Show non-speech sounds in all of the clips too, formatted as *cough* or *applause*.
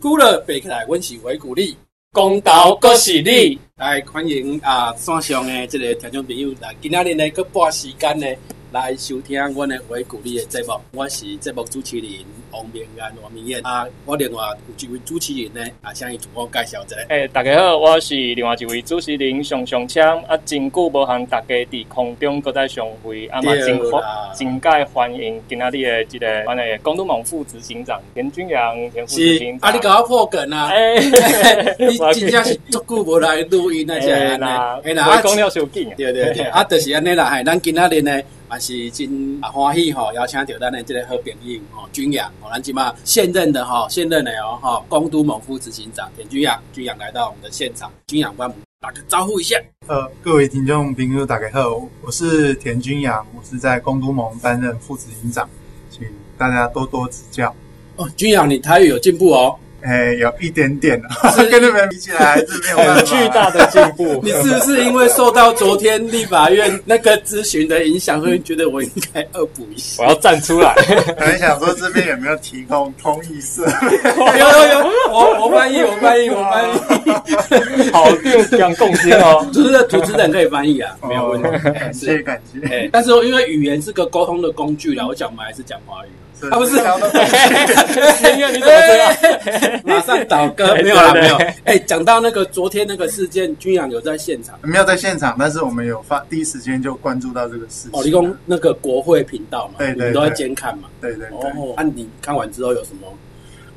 爬起来，阮是维古力，公道哥是你。来欢迎啊，线上的这个听众朋友来，今仔日呢，搁半时间呢来收听阮的维古力的节目。我是节目主持人王明安，王明燕啊。我另外有一位主持人呢，啊，请伊自我介绍一下。诶、大家好，我是另外一位主持人熊熊枪，啊，真久无和大家伫空中搁再相会，啊嘛对真啦欢真介欢迎今仔日的即个咱的广东网副执行长田君阳田副执是行长。啊，你甲我破梗 *laughs* 啊！诶、 *laughs* 你我真正是足久无来录 *laughs* 音那些诶安尼啦，，哎我啦，啊讲了伤紧啊。对 *laughs* 对对，啊，就是安尼啦，嘿，咱今仔日呢也是真啊欢喜吼，邀请到咱的这个好朋友吼，军阳吼，咱即嘛现任的吼，现任的哦吼，公都某副执行长田军阳，军阳来到我们的现场，军阳帮我们打个招呼一下。呃，各位听众朋友，大家好，我是田君阳，我是在公都盟担任副执行长，请大家多多指教。哦，军阳，你台语有进步哦，哎，有一点点啊， *laughs* 跟你们比起来还是没有办法。很巨大的进步 *laughs* 你，是不是因为受到昨天立法院那个咨询的影响，所以觉得我应该恶补一下？我要站出来。可能想说这边有没有提供通译社？有有有，我我翻译，我翻译，我翻译。好定讲共心 *laughs* 哦。主持人主持人可以翻译啊， *laughs* 没有问题。哎哦感是谢感谢。哎，但是因为语言是个沟通的工具啦，我讲我们还是讲华语。啊不是聊到明月，你怎么知道？ *laughs* 马上倒戈，对没有啦，对没对有。哎，讲到那个昨天那个事件，军阳有在现场。没有在现场，但是我们有发第一时间就关注到这个事情。哦，你公那个国会频道嘛，啊对对你们都在监看嘛。对对对，哦，那你看完之后有什么？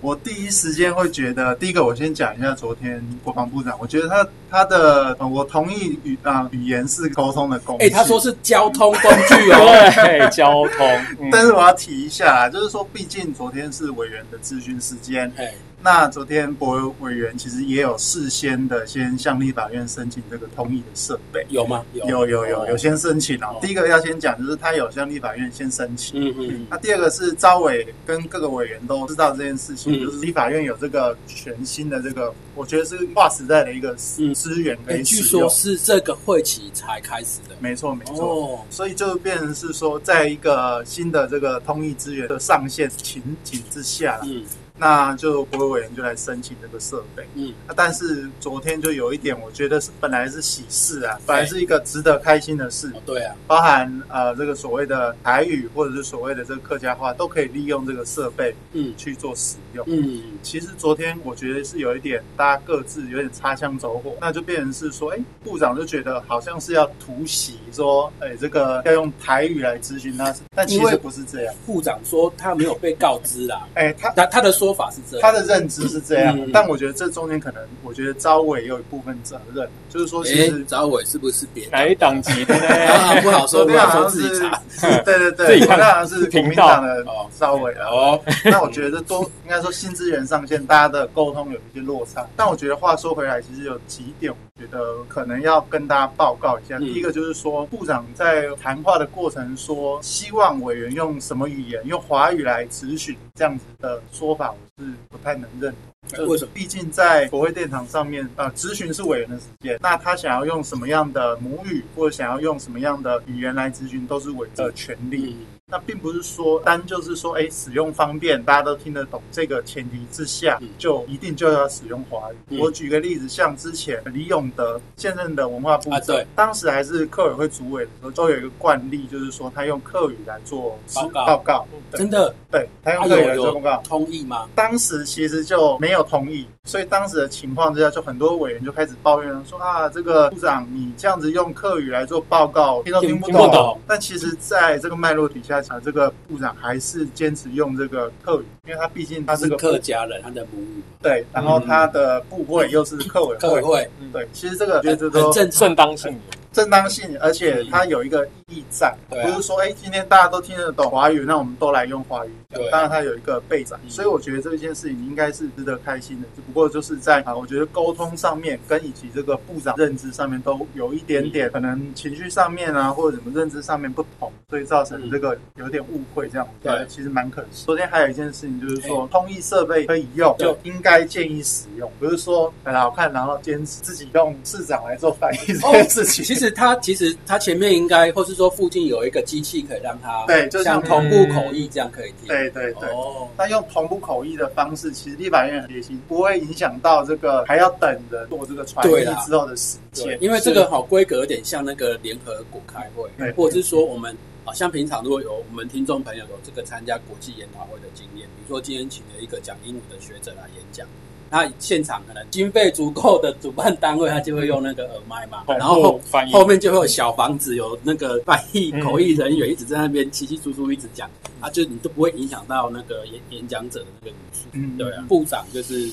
我第一时间会觉得，第一个我先讲一下昨天国防部长，我觉得他他的、呃我同意语啊、语言是沟通的工具，哎，他说是交通工具 *laughs* 哦。对，交通。嗯但是我要提一下，就是说，毕竟昨天是委员的咨询时间，哎，那昨天博委员其实也有事先的先向立法院申请这个通译的设备，有吗？有有有有哦有先申请啊哦。第一个要先讲，就是他有向立法院先申请。嗯 *laughs* 嗯那第二个是招委跟各个委员都知道这件事嗯情，就是立法院有这个全新的这个，我觉得是划时代的一个嗯资资源可哎，以据使用说。是这个会期才开始的。没错没错。哦，所以就变成是说，在一个新的这个通译资源的上限情景之下啦，嗯那就国会委员就来申请这个设备。嗯，啊但是昨天就有一点，我觉得是本来是喜事啊，本来是一个值得开心的事，哎哦对啊，包含呃这个所谓的台语或者是所谓的这个客家话，都可以利用这个设备嗯去做使用。嗯其实昨天我觉得是有一点，大家各自有点擦枪走火，那就变成是说，哎，部长就觉得好像是要突袭，说，哎，这个要用台语来咨询他，但其因为实不是这样，部长说他没有被告知啦，哎，他他他的说法是这他样。的认知是这样，嗯但我觉得这中间可能，我觉得招委也有一部分责任，就是说，其哎实，找我是不是别哪一档 *laughs* 级的呢？啊，不好说，昨不天好说，好像自己是查。，是对对自对，己昨看天好像是国民党的哦招委啊，哦， *laughs* 那我觉得多应该说新资源上线，大家的沟通有一些落差。但我觉得话说回来，其实有几点，我觉得可能要跟大家报告一下。嗯第一个就是说，部长在谈话的过程说，希望委员用什么语言，用华语来咨询这样子的说法，我是不太能认同。呃为什么？毕竟在国会殿堂上面，呃，咨询是委员的时间，那他想要用什么样的母语，或者想要用什么样的语言来咨询，都是委员的权利。嗯那并不是说单就是说，哎，使用方便，大家都听得懂这个前提之下嗯，就一定就要使用华语。嗯我举个例子，像之前李永德现任的文化部啊长，对当时还是客委会主委的时候，都有一个惯例，就是说他用客语来做报告报告，对真的对，他啊用客语有来做报告有。通译吗？当时其实就没有同意，所以当时的情况之下，就很多委员就开始抱怨了，说啊，这个部长你这样子用客语来做报告，听都听不听不懂懂。但其实在这个脉络底下，啊，这个部长还是坚持用这个客语，因为他毕竟他他这是个客家人，他的母语，对，然后他的部会又是客委客委会，会哎对，其实这个我觉得很这很都正常。正当性，正当性，而且它有一个意义在，对啊不是说哎今天大家都听得懂华语，那我们都来用华语。对当然它有一个背载，嗯所以我觉得这件事情应该是值得开心的。只不过就是在啊，我觉得沟通上面跟以及这嗯个部长认知上面都有一点点可能情绪上面啊，或者什么认知上面不同，所以造成这个有点误会，这样我觉得对其实蛮可惜。昨天还有一件事情就是说，通译设备可以用，对就应该建议使用，不是说很好看，然后坚持自己用市长来做翻译这件事情。哦其实它其实它前面应该，或是说附近有一个机器可以让它对就像像同步口译这样可以听。对对对。哦，那用同步口译的方式，其实立法院很贴心，不会影响到这个还要等人做这个传对译啦之后的时间。因为这个好规格有点像那个联合国开会对，或者是说我们好像平常如果有我们听众朋友有这个参加国际研讨会的经验，比如说今天请了一个讲英语的学者来演讲。那现场可能经费足够的主办单位，他就会用那个耳麦 *laughs* 嘛，然后后翻译后面就会有小房子，有那个翻译口译人员一直在那边稀稀疏疏一直嗯讲啊，就你都不会影响到那个演演讲者的那个语速。嗯对啊，部长就是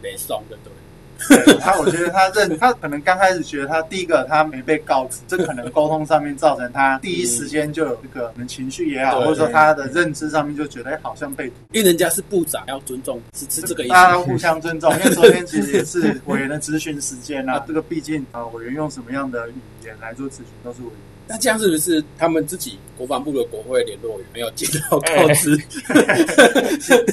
没送的，对。 *laughs* 对他我觉得他认他可能刚开始觉得他第一个他没被告知，这可能沟通上面造成 *laughs* 他第一时间就有这个可能情绪也嗯好，对或者说他的认知上面就觉得哎好像被因为人家是部长，要尊重，是是这个意思。大家互相尊重。因为昨天其实也是委员的咨询时 *laughs* 间啊，这个毕竟啊委员用什么样的语言来做咨询都是委员。那这样是不是他们自己国防部的国会联络员没有接到告知？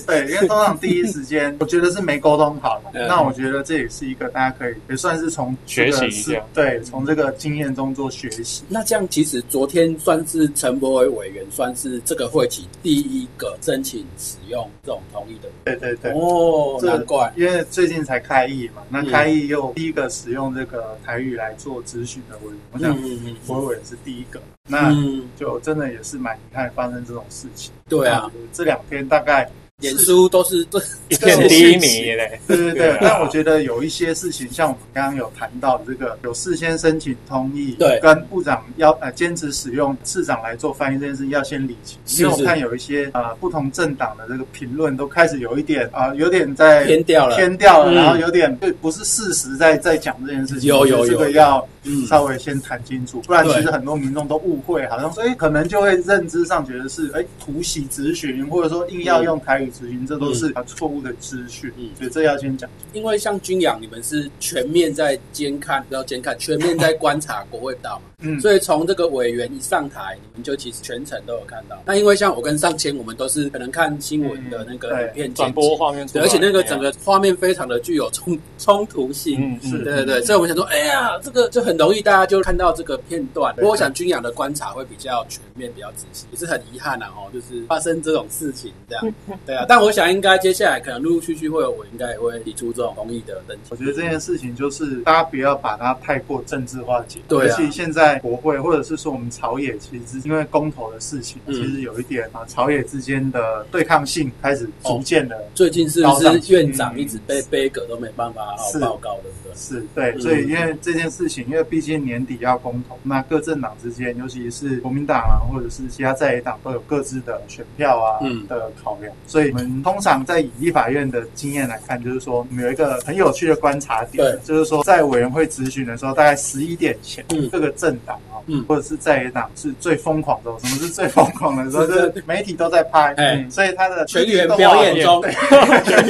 对，因为通常第一时间，我觉得是没沟通好嘛。嗯那我觉得这也是一个大家可以也算是从这个学习一下是对，从这个经验中做学习。那这样其实昨天算是陈柏伟委员，算是这个会期第一个申请使用这种同意的对对对。哦，这难怪因为最近才开议嘛，那嗯开议又第一个使用这个台语来做咨询的委员，我想嗯嗯博委员是第一个，那嗯，就真的也是蛮遗憾发生这种事情。对啊，，这两天大概脸书都是这一片低迷嘞，对对对对啊，但我觉得有一些事情，像我们刚刚有谈到这个有事先申请通译，对跟部长要呃坚持使用市长来做翻译这件事情要先理清，是因为是我看有一些呃不同政党的这个评论都开始有一点啊、呃有点在偏掉了，偏掉了，嗯然后有点对不是事实在在讲这件事情，有我觉得有这个有要嗯，稍微先谈清楚，不然对其实很多民众都误会，好像说哎、诶可能就会认知上觉得是哎突袭咨询，或者说硬要用台语咨询，这都是啊错误的资讯，嗯所以这要先讲清因为像军养，你们是全面在监看，不要监看，全面在观察国会道嘛。楚。嗯，所以从这个委员一上台，你们就其实全程都有看到。那因为像我跟上千，我们都是可能看新闻的那个嗯影片转剪播辑，画面出对来，哎而且那个整个画面非常的具有冲 *laughs* 冲突性。嗯是嗯对对对，所以我们想说，哎呀，这个就很容易，大家就看到这个片段。不过我对想军养的观察会比较全面，比较仔细，也是很遗憾啊，哦，就是发生这种事情这样。对啊，但我想应该接下来可能陆陆续续会有，我应该也会提出这种同意的申我请。觉得这件事情就是大家不要把它太过政治化解，对啊尤其现在国会或者是说我们朝野，其实因为公投的事情，嗯其实有一点啊朝野之间的对抗性开始逐渐的最近是不是院长一直被背葛都没办法好好是报告的，对不对？是对，嗯所以因为这件事情，因为毕竟年底要公投，那各政党之间，尤其是国民党啊，或者是其他在野党，都有各自的选票啊、嗯的考量。所以我们通常在以立法院的经验来看，就是说我们有一个很有趣的观察点对，就是说在委员会质询的时候，大概十一点前，嗯各个政党啊，嗯或者是在野党是最疯狂的时候。什么是最疯狂的 *laughs* 时候？就是媒体都在拍，哎嗯所以他的全员表演中，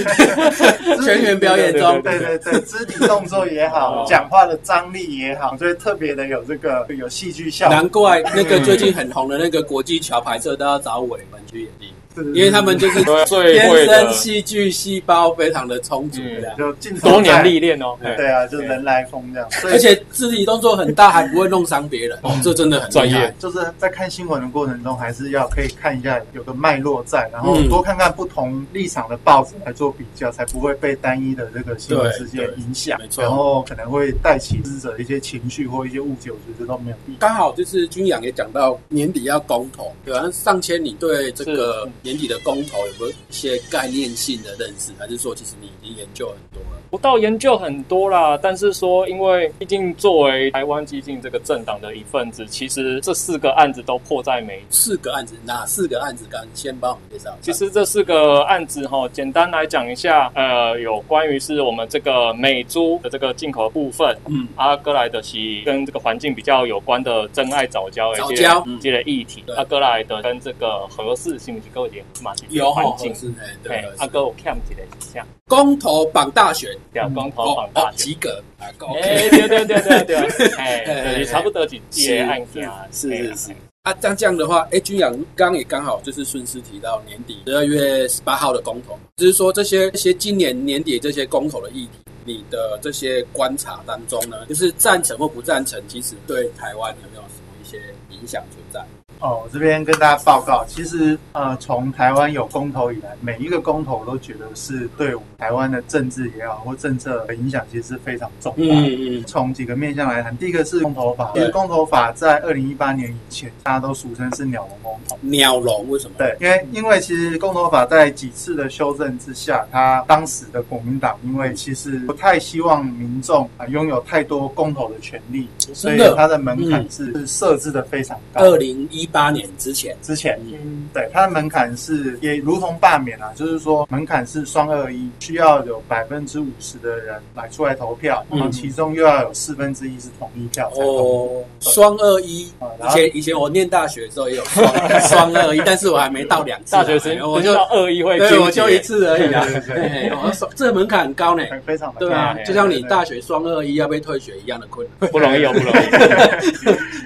*laughs* 全员表演中，对对对，肢体动作也哦好，讲话的张力也好，所以特别的有这个有戏剧效难果。怪那个最近很红的那个国际桥牌社都要找伟文去演绎，对对对因为他们就是对最天会生的戏剧细胞非常的充足嗯这样。就镜头多年在历，练哦，对对啊，就人来疯这样。所以而且肢体动作很大，还不会弄伤别人，哦，这真的很厉害专业。就是在看新闻的过程中，还是要可以看一下有个脉络在，然后嗯多看看不同立场的报纸来做比较，才不会被单一的这个新闻对事件对影响没，错然后可能会带起支持者的一些情绪或一些误解，我觉得这都没有必要。刚好就是军养也讲到年底要公投，对啊，那上千你对这个年底的公投有没有一些概念性的认识，还是说其实你已经研究很多了？不到研究很多啦，但是说，因为毕竟作为台湾激进这个政党的一份子，其实这四个案子都迫在眉睫。四个案子，哪四个案子？刚先帮我们介绍一下。其实这四个案子哈，简单来讲一下，呃，有关于是我们这个美猪的这个进口部分，嗯，阿哥来的是跟这个环境比较有关的真爱早教的早这教个嗯这类议题对，阿哥来的跟这个合适性不是够点嘛？有环好境啊合，适，哎，对对，，合阿适哥我看起来像公投榜大选，两嗯公投哦反哦大，学。及格啊，够。 *laughs* 哎，对对对对对，哎，也差不多几届是案件啊，是是是是啊，这样这样的话，哎，军养刚刚也刚好就是顺势提到年底十二月十八号的公投，就是说这些这些今年年底这些公投的议题，你的这些观察当中呢，就是赞成或不赞成，其实对台湾有没有什么一些影响存在？哦，我这边跟大家报告，其实呃，从台湾有公投以来，每一个公投都觉得是对我们台湾的政治也好或政策的影响，其实是非常重大的。嗯从几个面向来谈，第一个是公投法，其对实公投法在二零一八年以前，大家都俗称是鸟笼公投。鸟笼为什么？对，因为因为其实公投法在几次的修正之下，他当时的国民党因为其实不太希望民众啊拥有太多公投的权利，所真以的，嗯它的门槛是是设置的非常高。二零一八年之前，之前啊嗯，对它的门槛是也如同罢免啊，就是说门槛是双二一，需要有百分之五十的人来出来投票，然后嗯其中又要有四分之一是同意票才通过。哦，双二一，啊以然后前以前我念大学的时候也有双双二一，但是我还没到两次啊，大学生我不就知道恶意会纠结对我就一次而已啊对对对，嘿嘿我说这门槛很高呢，很非常的对啊大，就像你大学双二一要被退学一样的困难。不容易哦，不容 *laughs* 易。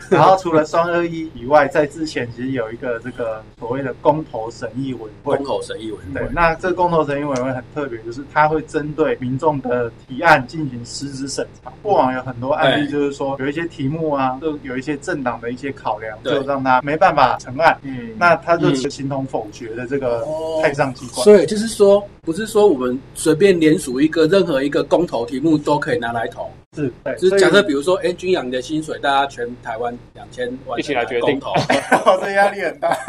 然后除了双二一以外，在之前其实有一个这个所谓的公投审议委员会公。口审议委员对会，，那这个公投审议委员会很特别，就是它会针对民众的提案进行实质审查。过往有很多案例，就是说有一些题目啊，就有一些政党的一些考量，对就让他没办法成案，嗯，那他就嗯形同否决的这个哦太上机关。所以就是说，不是说我们随便联署一个任何一个公投题目都可以拿来投，是，对，就是所以假设比如说，哎，军养的薪水，大家全台湾两千万一起来决公定投这压力很大。 *laughs*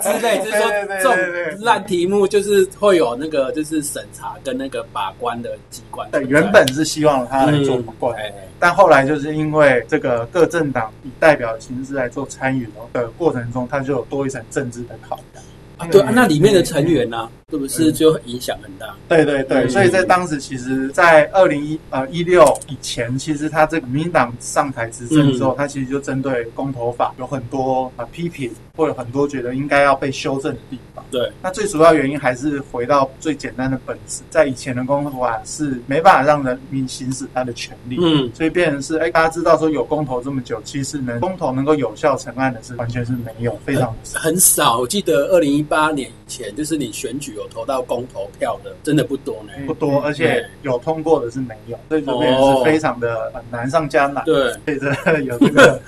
之类，就是说对对对这对对种烂题目就是会有那个就是审查跟那个把关的机关存对，在。原本是希望他来做不过来。哎哎但后来就是因为这个各政党以代表的形式来做参与的过程中，它就有多一层政治的考量。啊对啊，嗯那里面的成员呢，是不是就影响很大？对对对，嗯所以在当时，其实，在二零一呃一六以前，其实他这个民进党上台执政之后，嗯他其实就针对公投法有很多呃批评，或者很多觉得应该要被修正的地方。对，那最主要原因还是回到最简单的本质，在以前的公投法是没办法让人民行使他的权利。嗯，所以变成是，哎、大家知道说有公投这么久，其实能公投能够有效成案的是完全是没有，非 *laughs* 常的少。很少。我记得二零一八年以前，就是你选举有投到公投票的，真的不多呢。不多，而且有通过的是没有，所以这边嗯哦是非常的呃难上加难，对，所以这有这 *laughs* 个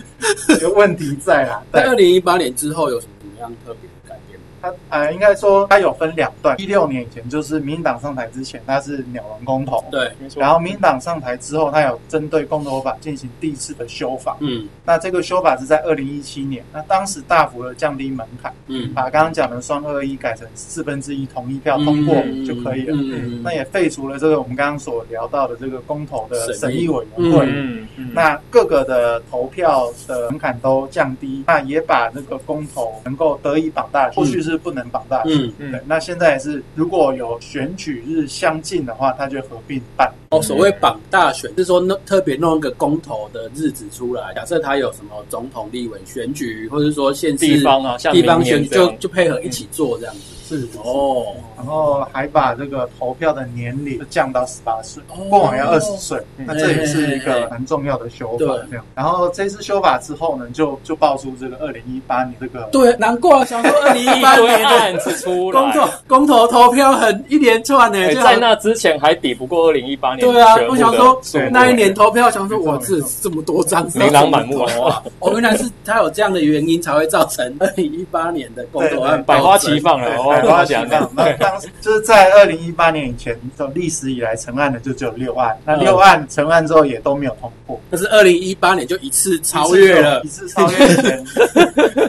有问题在啦。在对二，零一八年之后有什么样特别的改变吗？它呃应该说它有分两段，一六年以前就是民进党上台之前，它是鸟笼公投，对，没错然后民进党上台之后，它有针对公投法进行第一次的修法，嗯那这个修法是在二零一七年，那当时大幅的降低门槛。嗯，把刚刚讲的双二一改成四分之一同意票通过嗯就可以了。嗯那也废除了这个我们刚刚所聊到的这个公投的审审议议委员会。嗯嗯，那各个的投票的门槛都降低，那也把那个公投能够得以绑大，过去是不能绑大。嗯，嗯对，那现在是如果有选举日相近的话，它就合并办。哦，所谓绑大选，是说弄特别弄一个公投的日子出来，假设他有什么总统、立委选举，或者说县市地方啊，像地方明年选举，这样嗯就就配合一起做这样子。是哦，然后还把这个投票的年龄就降到十八岁，哦过往要二十岁，嗯那这也是一个蛮重要的修法对。这样，然后这次修法之后呢，就就爆出这个二零一八年这个对，难怪啊想说二零一 *laughs* 八一堆年的案子出公投来。公投投票很一连串呢、哎，就好在那之前还抵不过二零一八年对啊全，部我的想说数目那一年投票，想说没错我这没错这么多张，琳琅满目啊这要怎么投啊！哦，原来是它有这样的原因才会造成二零一八年的公投案 *laughs* 对对百花暴增齐。放了，对哦百花齐讲放。那当时 *laughs* 就是在二零一八年以前，就历史以来成案的就只有六案，那嗯六案成案之后也都没有通过，但是二零一八年就一次超越了一次超越以前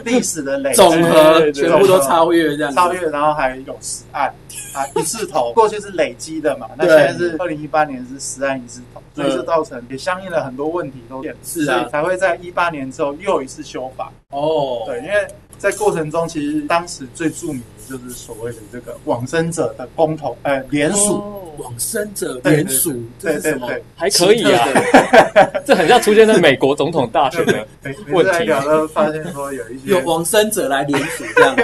*laughs* 历史的累积总和，对对对全部都超越这样子。超越，然后还有十案啊，一字 *laughs* 头。过去是累积的嘛，那对现在是二零一八年是十案一字头，所以嗯就造成也相应了很多问题都显是啊所以才会在一八年之后又一次修法。哦，对，因为在过程中，其实当时最著名的就是所谓的这个往生者的公投，呃，联署。哦往生者对对联署，这对是对什么？对还可以啊， *laughs* 这很像出现在美国总统大选的，对，每问题次来聊都发现 *laughs* 说有一些有，往生者来联署这 *laughs* 样。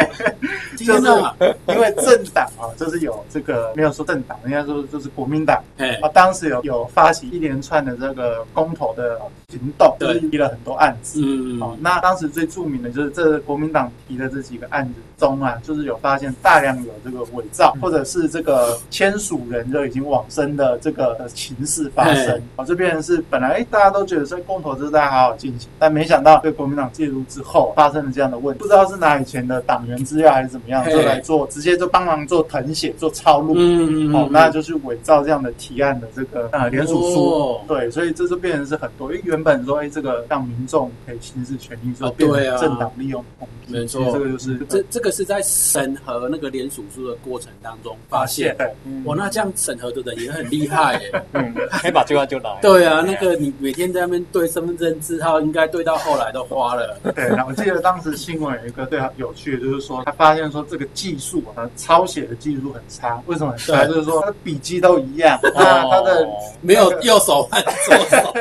就天是哪！因为政党啊，就是有这个没有说政党，人家说就是国民党哎啊，当时有有发起一连串的这个公投的行动，就对是提了很多案子。嗯哦，那当时最著名的就是这国民党提的这几个案子中啊，就是有发现大量有这个伪造，嗯或者是这个签署人就已经往生的这个呃情势发生嘿。哦，这变成是本来哎大家都觉得说公投就是大家好好进行，但没想到被国民党介入之后发生了这样的问题，不知道是拿以前的党员资料还是怎么样，嘿就来做直接就帮忙做誊写、做抄录。哎嗯哦，那就是伪造这样的提案的这个呃联署书，哦对，所以这就变成是很多，因为原本说，哎，这个让民众可以行使权益，就啊变成对啊政党利用的工具，没错嗯所以这个就是这这个是在审核那个联署书的过程当中发现。对，嗯哇，那这样审核的人也很厉害 *laughs* 耶。嗯，没把这个就来。对啊，那个你每天在那边对身份证字号，应该对到后来都花 *laughs* 了。对，然后我记得当时新闻有一个对他有趣的，就是说他发现说这个技术啊，抄写的技术很差，为什么很对差？哦就是说他的笔迹都一样，那他的哦没有右手换左手，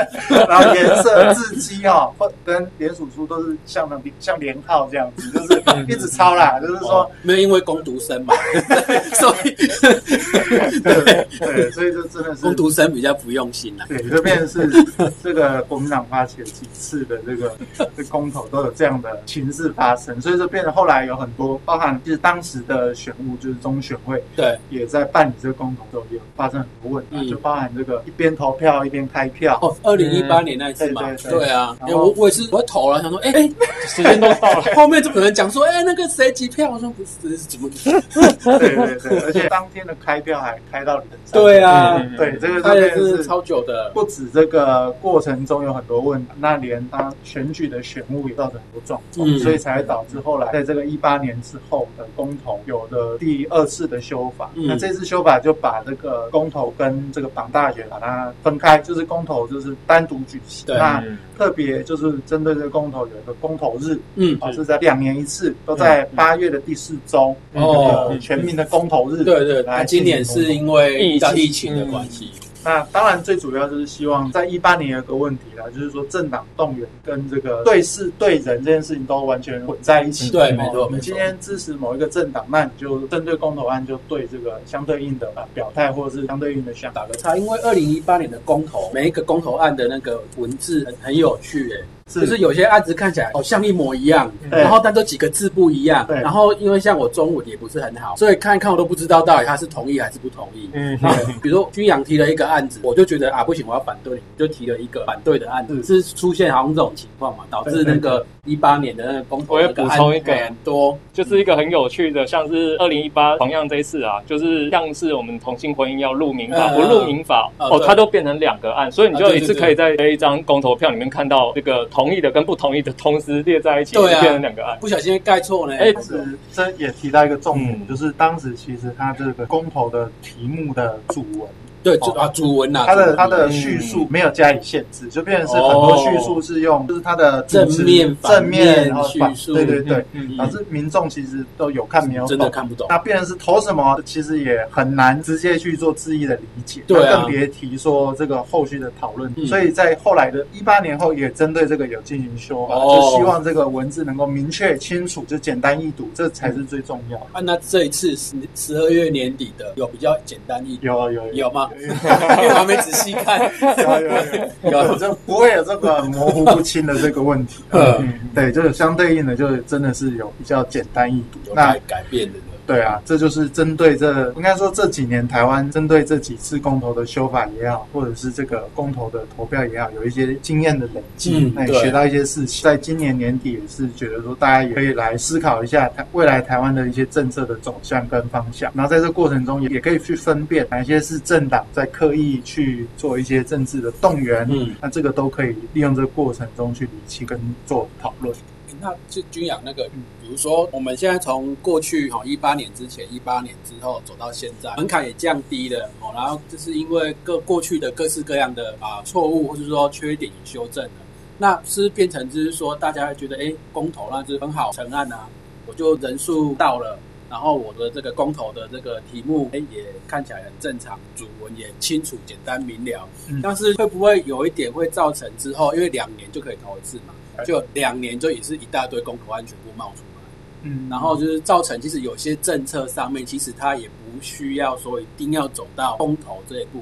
然后颜色、字迹哦，或跟连署书都是像那像连号这样子，就是嗯一直抄啦，就是说没有因为攻读生嘛， *laughs* 所以对对，所以就真的是攻读生比较不用心啊啦。对，这边 *laughs* 是这个国民党发起了几次的这个这公投都有这样的情势发生，所以说变得后来有很多，包含就是当时的选务，就是中选会对，也在办理这个公投的时候，也发生很多问题，嗯就包含这个一边投票一边开票，哦，二零一八年那一次嘛，嗯对对对对啊，然哎，后我我也是，我投了，想说，哎哎，时间都到了， *laughs* 后面怎么有人讲说，哎，那个谁几票？我说不是，怎么？对对对，而且当天的开票还开到凌晨，对啊，嗯对， *laughs* 这个他这也边是是超久的。不止这个过程中有很多问题，那连他选举的选务也造成很多状况，嗯所以才导致后来在这个一八年之后的公投有了第二次的修法。嗯那这次修法就把这个公投跟这个绑大选把它分开，就是公投就是单独举行，对那嗯特别就是针对这个公投有一个公投日，嗯，啊是是在两年一次，都在八月的第四周，嗯哦呃全民的公投日。对对，来他今年是因为遇到疫情嗯的关系，那当然，最主要就是希望在一八年有个问题啦，就是说政党动员跟这个对事对人这件事情都完全混在一起。嗯对哦没错没你错今天支持某一个政党，那你就针对公投案就对这个相对应的表态，或者是相对应的想法打个岔，因为二零一八年的公投，每一个公投案的那个文字很很有趣、诶，就是有些案子看起来好像一模一样，对然后但这几个字不一样，对然后因为像我中文也不是很好，所以看一看我都不知道到底他是同意还是不同意。嗯，然后 *laughs* 比如说军阳提了一个案子，我就觉得啊不行，我要反对你，就提了一个反对的案子，是出现好像这种情况嘛，导致那个一八年的那个公投我也那个补案充一个很多，就是一个很有趣的，像是二零一八，同样这一次啊，就是像是我们同性婚姻要入民法，嗯不入民法，嗯哦，对它都变成两个案，所以你啊就对一次对可以在这一张公投票里面看到这个同意的跟不同意的同时列在一起，对啊就变成两个案。不小心盖错呢。哎但是这也提到一个重点，嗯就是当时其实他这个公投的题目的主文，对，主啊主文呐，它主哦的文嗯它的叙述没有加以限制，就变成是很哦多叙述是用就是它的主旨正面反正面面然后反叙述对对对，嗯导致民众其实都有看没有真的懂。看不懂。啊那变成是投什么，其实也很难直接去做质疑的理解，对啊那更别提说这个后续的讨论。嗯所以在后来的一八年后，也针对这个有进行修法，哦就希望这个文字能够明确清楚，就简单易读，这才是最重要的。啊，那这一次十十二月年底的有比较简单一点，有有有 *laughs* 吗？因为我还没仔细看。有有有。有，就不会有这个模糊不清的这个问题。呃，对，就是相对应的，就是真的是有比较简单易读有。那改改变的了。对啊，这就是针对这，应该说这几年台湾针对这几次公投的修法也好，或者是这个公投的投票也好，有一些经验的累积嗯，那、也对学到一些事情。在今年年底也是觉得说，大家也可以来思考一下台未来台湾的一些政策的走向跟方向，然后在这过程中也也可以去分辨哪些是政党在刻意去做一些政治的动员，嗯，那这个都可以利用这个过程中去理清跟做讨论。那就军养那个，嗯比如说我们现在从过去哦哈一八年之前、一八年之后走到现在，门槛也降低了哦，然后就是因为各过去的各式各样的啊错误或者说缺点也修正了，那是变成就是说大家会觉得哎公投那就是很好成案啊，我就人数到了。然后我的这个公投的这个题目，哎，也看起来很正常，主文也清楚、简单明了。嗯但是会不会有一点会造成之后，因为两年就可以投一次嘛，就两年就也是一大堆公投案全部冒出来，嗯然后就是造成其实有些政策上面其实它也不需要说一定要走到嗯公投这一步，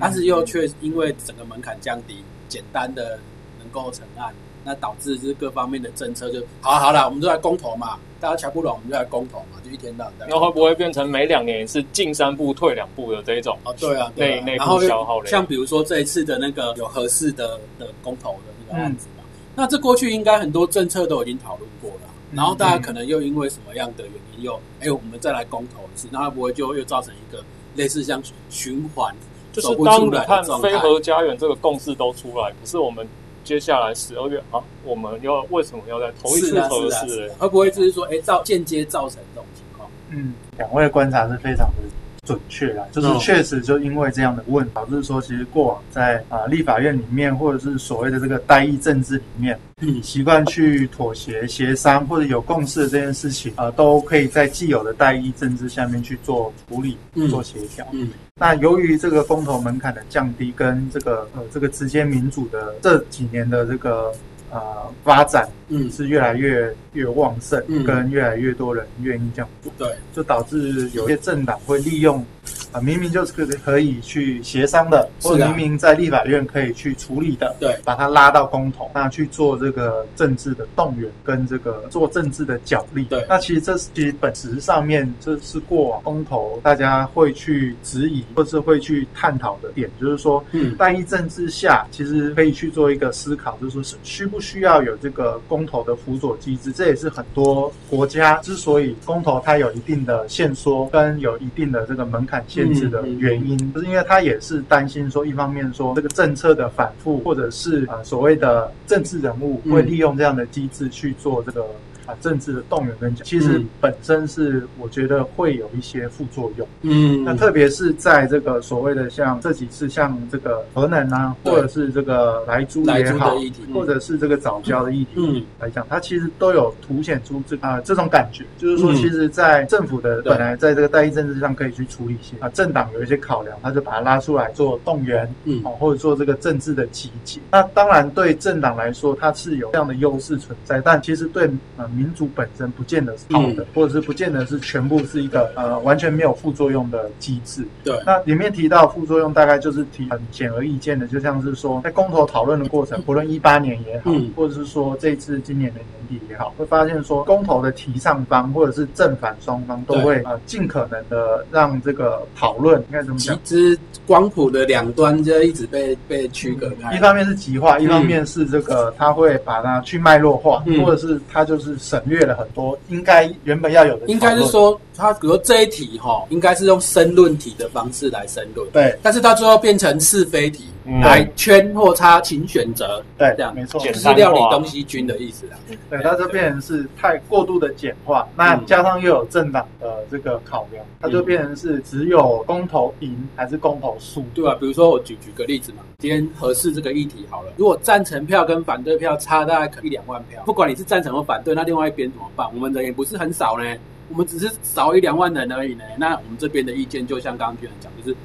但是又却因为整个门槛降低，简单的能构成案，那导致就是各方面的政策就好啊好了，我们就来公投嘛，大家瞧不拢我们就来公投嘛，就一天到晚在那会不会变成每两年是进三步退两步的这一种？哦对啊对啊内内，然后部又消耗类像比如说这一次的那个有合适的的公投的那个案嗯子嘛，那这过去应该很多政策都已经讨论过了。嗯然后大家可能又因为什么样的原因又，哎，我们再来公投一次，那会不会就又造成一个类似像循环就是走不当出你来看的状态？啊非核家园这个共识都出来，可是我们接下来十二月啊，我们要为什么要在头一是次啊核是啊试是嘞啊？会不会就是说，哎，造间接造成这种情况？嗯，两位的观察是非常的准确啦，就是嗯确实就因为这样的问题，导致说其实过往在啊、立法院里面，或者是所谓的这个代议政治里面，嗯习惯去妥协、协商或者有共识的这件事情，啊，都可以在既有的代议政治下面去做处理、嗯做协调。嗯那由于这个公投门槛的降低，跟这个呃这个直接民主的这几年的这个呃发展嗯，是越来越越旺盛，嗯跟越来越多人愿意这样。对，就导致有些政党会利用啊、明明就是可可以去协商的，是啊或者明明在立法院可以去处理的，对，把它拉到公投，那去做这个政治的动员跟这个做政治的角力。对那其实这是其实本质上面这是过往公投大家会去质疑或是会去探讨的点，就是说嗯代议政治下，其实可以去做一个思考，就是说是需不需要有这个公投的辅佐机制？这也是很多国家之所以公投它有一定的限缩跟有一定的这个门槛限制嗯的原因，就是因为它也是担心说，一方面说这个政策的反复，或者是呃所谓的政治人物会嗯利用这样的机制去做这个。啊，政治的动员跟讲，其实嗯本身是我觉得会有一些副作用。嗯那特别是在这个所谓的像这几次像这个河南啊，对或者是这个莱猪来也租好的，议题，或者是这个早教的议题嗯来讲，它其实都有凸显出这啊、这种感觉，就是说，嗯其实，在政府的对本来在这个代议政治上可以去处理一些啊、政党有一些考量，他就把它拉出来做动员，嗯哦，或者做这个政治的集结。那当然对政党来说，它是有这样的优势存在，但其实对呃民主本身不见得是好嗯的，或者是不见得是全部是一个呃完全没有副作用的机制。对那里面提到副作用，大概就是提很显而易见的，就像是说在公投讨论的过程，不论一八年也好，嗯或者是说这一次今年的年底也好，会发现说公投的提倡方或者是正反双方都对会呃尽可能的让这个讨论应该怎么其讲？实光谱的两端就一直被被区隔开一，方面是极化，一方面是这个他会把它去脉络化，嗯或者是他就是省略了很多应该原本要有的讨论。应该是说他比如说这一题哈，应该是用申论题的方式来申论，对但是到最后变成是非题，嗯来圈或叉，请选择，对这样没错，简就是料理东西君的意思啦。对，它就变成是太过度的简化，那嗯加上又有政党的这个考量，它就变成是只有公投赢还是公投输。对啊吧、比如说我举举个例子嘛，今天合适这个议题好了，如果赞成票跟反对票差大概可能一两万票，不管你是赞成或反对，那另外一边怎么办？我们人也不是很少呢，我们只是少一两万人而已呢。那我们这边的意见就像刚刚巨人讲，就是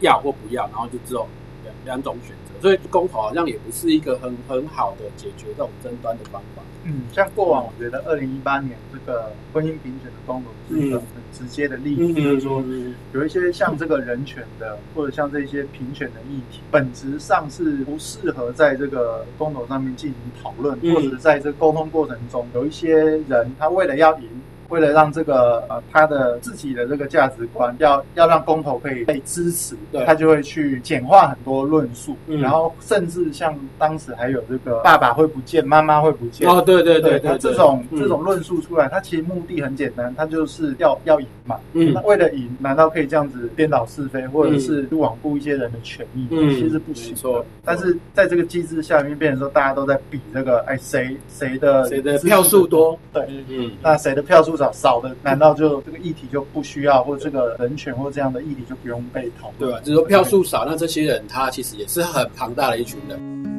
要或不要，然后就只有两两种选择，所以公投好像也不是一个很很好的解决这种争端的方法。嗯，像过往我觉得二零一八年这个婚姻平权的公投是嗯一个很直接的例子，就是说有一些像这个人权的，或者像这些平权的议题，本质上是不适合在这个公投上面进行讨论，嗯或者在这沟通过程中，有一些人他为了要赢。为了让这个呃他的自己的这个价值观要要让公投可以被支持对，他就会去简化很多论述，嗯然后甚至像当时还有这个爸爸会不见，妈妈会不见，哦，对对对对对，他这种嗯这种论述出来，他其实目的很简单，他就是要要赢嘛。嗯那为了赢，难道可以这样子颠倒是非，或者是罔顾一些人的权益？嗯其实不行没错的。但是在这个机制下面，变成说大家都在比这个，哎，谁谁的谁的票数多？对。嗯那谁的票数少少的，难道就这个议题就不需要，或这个人权或这样的议题就不用被讨论？啊对吧、就是说票数少，那这些人他其实也是很庞大的一群人。